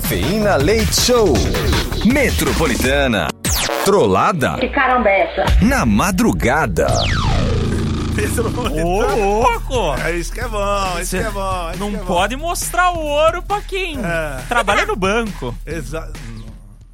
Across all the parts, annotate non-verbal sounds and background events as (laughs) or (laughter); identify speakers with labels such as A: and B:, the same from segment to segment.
A: Cafeína Leite Show. Metropolitana. Trollada
B: Que caramba é essa?
A: na madrugada.
C: Ô,
D: Metropolitana.
C: tá louco!
D: É isso que é bom, isso que é bom. isso
C: Não
D: que é bom.
C: pode mostrar o ouro pra quem
D: É.
C: trabalha no banco.
D: Exa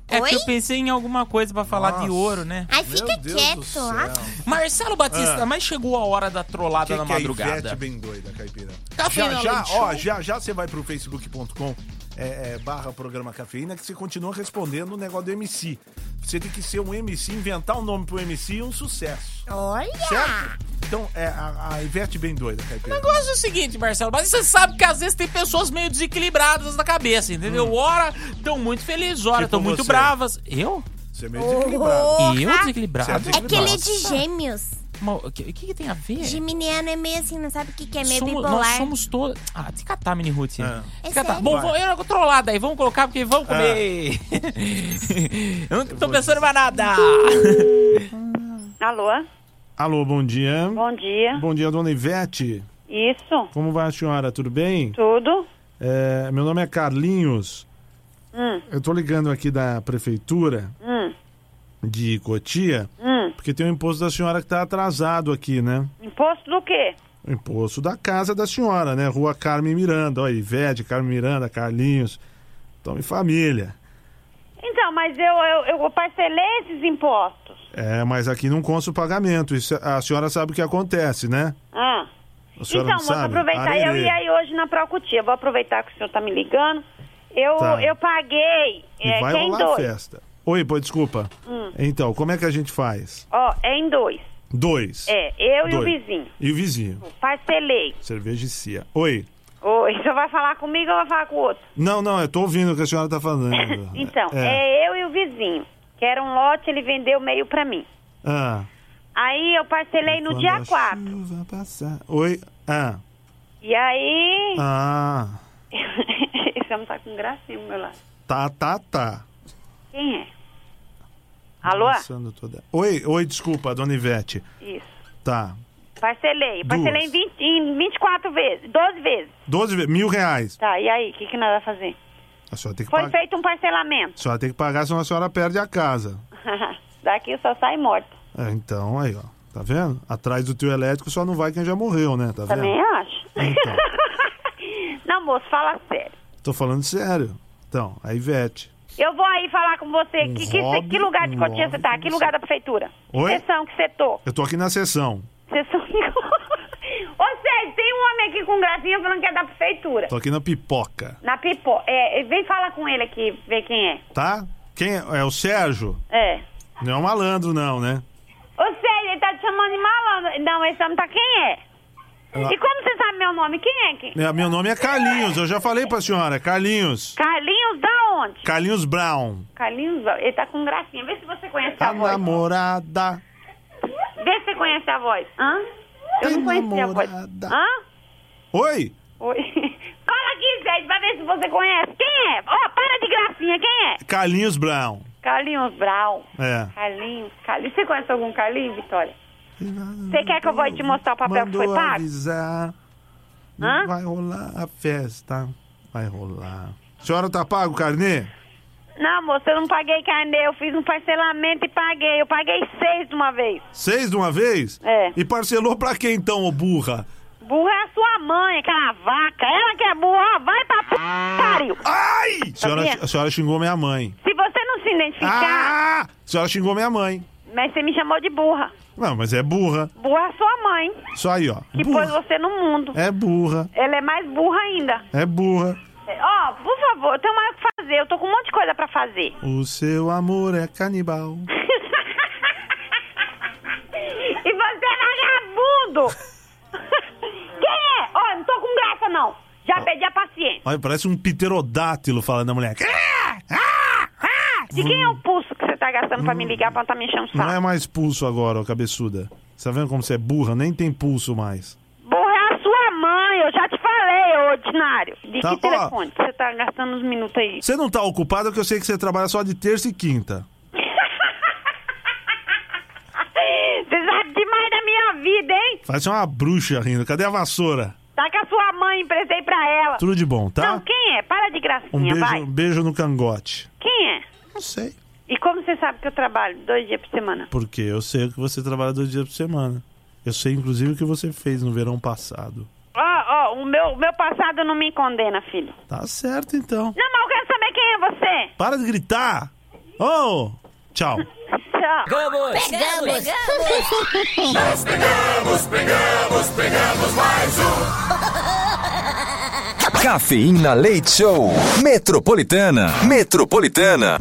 C: É que
E: Oi?
C: eu pensei em alguma coisa pra falar de
D: Nossa.
C: ouro, né?
E: Ai,
D: Meu
E: fica
D: Deus do
E: quieto.
D: céu. Tá
E: ah.
C: Marcelo Batista, mas chegou a hora da trollada
D: Ah. Que
C: na
D: que é Ivete
C: madrugada.
D: bem doida, caipira.
E: Tá
C: Cafeína
D: já, já,
C: Leite
D: ó,
C: Show.
D: já, já você vai pro facebook.com é, é, barra programa cafeína que você continua respondendo o negócio do MC. Você tem que ser um MC, inventar um nome pro MC e um sucesso.
E: Olha!
D: Certo? Então, é a, a Ivete bem doida, caipira.
C: O negócio é o seguinte, Marcelo, mas você sabe que às vezes tem pessoas meio desequilibradas na cabeça, entendeu? Ora, estão muito felizes, ora,
D: Hum. Tipo
C: estão muito
D: você.
C: bravas. Eu?
D: Você é meio desequilibrado.
E: Porra!
C: E eu desequilibrado?
D: Você
E: É que ele é de
C: Nossa.
E: gêmeos.
C: Mas O que, o que que tem a ver?
E: Geminiano é meio assim, não sabe o que, que é meio
C: Somos-
E: bipolar.
C: nós somos todos. Ah, te catar, mini Ruth.
D: Ah.
E: É
C: Te catar.
E: sério.
C: Bom,
D: Vai.
C: vou, tá, eu vou trollar daí, vamos colocar, porque vamos comer. (laughs) eu não tô pensando em mais nada.
F: Alô,
D: Alô, bom dia.
F: bom dia.
D: Bom dia, dona Ivete.
F: Isso,
D: Como vai a senhora? Tudo bem?
F: tudo.
D: É, meu nome é Carlinhos.
F: Hum.
D: Eu tô ligando aqui da prefeitura
F: Hum.
D: de Cotia,
F: Hum.
D: porque tem um imposto da senhora que tá atrasado aqui, né?
F: Imposto do quê?
D: O imposto da casa da senhora, né? Rua Carmen Miranda, ó, Ivete, Carmen Miranda, Carlinhos. Estão em família.
F: Então, mas eu, eu, eu parcelei esses impostos.
D: É, mas aqui não consta o pagamento. Isso, a senhora sabe o que acontece, né?
F: Ah.
D: A senhora
F: Então,
D: não
F: vou
D: sabe?
F: aproveitar. Eu
D: Arerê.
F: ia aí hoje na Procutia. Vou aproveitar que o senhor tá me ligando. Eu,
D: Tá.
F: eu paguei.
D: E
F: é,
D: vai
F: que é em
D: rolar
F: dois. Hum.
D: festa. Oi, pô, desculpa. Então, como é que a gente faz?
F: Ó, é em dois.
D: Dois.
F: É, eu e o
D: Dois.
F: vizinho.
D: E o vizinho.
F: Parcelei.
D: Cerveja e cia. Oi.
F: Oi, (laughs) o senhor vai falar comigo ou vai falar com o outro?
D: Não, não, eu tô ouvindo o que a senhora tá falando.
F: (laughs) Então,
D: É.
F: é eu e o vizinho. Que era um lote, ele vendeu meio pra mim.
D: Ah.
F: Aí eu parcelei no
D: Quando
F: dia
D: a
F: 4.
D: chuva passar. Oi. Ah.
F: E aí.
D: Ah.
F: (laughs) Esse homem tá com gracinha no meu lado.
D: Tá, tá, tá.
F: Quem é? Alô?
D: Passando toda- Oi, oi, desculpa, dona Ivete.
F: Isso.
D: Tá.
F: Parcelei. Parcelei em,
D: Duas.
F: 20, em 24 vezes, 12 vezes.
D: 12 ve- mil reais.
F: Tá, e aí? O que, que nós vamos fazer?
D: A senhora tem que
F: Foi
D: pagar.
F: feito um parcelamento. (laughs)
D: A senhora tem que pagar, senão a senhora perde a casa.
F: Daqui só sai morto.
D: É, então, aí, ó. Tá vendo? Atrás do tio elétrico só não vai quem já morreu, né? Tá vendo?
F: Também é assim. acho.
D: Então.
F: Não, moço, fala sério.
D: Tô falando sério. Então, a Ivete.
F: Eu vou aí falar com você.
D: Um
F: que, que,
D: hobby,
F: que lugar de
D: um
F: Cotia
D: hobby,
F: você tá? Que
D: você-
F: lugar da prefeitura?
D: Oi?
F: Sessão, que setor?
D: Eu tô aqui na sessão.
F: Sessão. (laughs) Ou seja, tem um homem aqui com gracinha falando que é da prefeitura.
D: Tô aqui na pipoca.
F: Na pipo. É, vem falar com ele aqui, ver quem é.
D: Tá? Quem é? É o Sérgio?
F: É.
D: Não é um malandro, não, né?
F: Ou seja, ele tá te chamando de malandro. Não, esse homem tá quem é?
D: Ah.
F: E como você sabe meu nome? Quem é quem?
D: É, meu nome é Carlinhos. Eu já falei pra senhora. Carlinhos.
F: Carlinhos da onde?
D: Carlinhos Brown.
F: Carlinhos, da- ele tá com gracinha. Vê se você conhece a
D: Tá
F: voz.
D: namorada.
F: Vê se você conhece a voz. Hã? Eu
D: Tem
F: não conhecia a voz.
D: Tá namorada.
F: Hã?
D: Oi?
F: Oi. (laughs) Cola aqui, gente, pra ver se você conhece. Quem é? Ó, para de gracinha, quem é?
D: Carlinhos Brown.
F: Carlinhos Brau.
D: É.
F: Carlinhos, Carlinhos. Você conhece algum Carlinhos, Vitória? Você quer que eu vou te mostrar o papel que
D: Mandou
F: foi pago?
D: avisar.
F: Hã?
D: Vai rolar a festa. Vai rolar. Senhora tá pago, carnê?
F: Não, moça, eu não paguei carnê, eu fiz um parcelamento e paguei. Eu paguei seis de uma vez.
D: Seis de uma vez?
F: É.
D: E parcelou pra quem então, ô burra?
F: Burra é a sua mãe, aquela vaca. Ela que é burra, ó, vai pra p... pariu.
D: Ai! A senhora,
F: Sabia?
D: a senhora xingou minha mãe.
F: Se você não se identificar,
D: Ah! A senhora xingou minha mãe.
F: mas você me chamou de burra.
D: Não, mas é burra.
F: Burra é sua mãe,
D: Só aí, ó.
F: que pôs
D: Burra.
F: você no mundo.
D: É burra.
F: Ela é mais burra ainda.
D: É burra.
F: É, Ó, por favor, eu tenho mais o que fazer. Eu tô com um monte de coisa pra fazer. (laughs)
D: O seu amor é canibal.
F: E você é vagabundo! (laughs) Quem é? Ó, não tô com graça, não. Já perdi a paciência.
D: Olha, parece um pterodátilo falando da mulher.
F: Ah! De quem é o pulso que você tá gastando pra me ligar pra não tá me enchendo o
D: Hum. Não é
F: saco?
D: mais pulso agora, ô cabeçuda. Você tá vendo como você é burra? Nem tem pulso mais.
F: Burra é a sua mãe, eu já te falei, ô ordinário. De
D: Tá,
F: que
D: ó.
F: telefone que você tá gastando uns minutos aí?
D: Você não tá ocupada que eu sei que você trabalha só de terça e quinta.
F: Você sabe demais da minha vida, hein?
D: Parece uma bruxa rindo. Cadê a vassoura?
F: Tá com a sua mãe, emprestei pra ela.
D: Tudo de bom, tá?
F: Não, quem é? Para de gracinha,
D: Um beijo,
F: vai.
D: um beijo no cangote.
F: Quem é?
D: Não sei.
F: E como você sabe que eu trabalho dois dias por semana?
D: Porque eu sei que você trabalha dois dias por semana. Eu sei, inclusive, o que você fez no verão passado.
F: Ó, ó, o meu, o meu passado não me condena, filho.
D: Tá certo, então.
F: Não, mas eu quero saber quem é você. (laughs)
D: Para de gritar! Oh! Tchau.
F: Tchau.
E: Pegamos!
A: Cafeína Leite Show. Metropolitana. Metropolitana.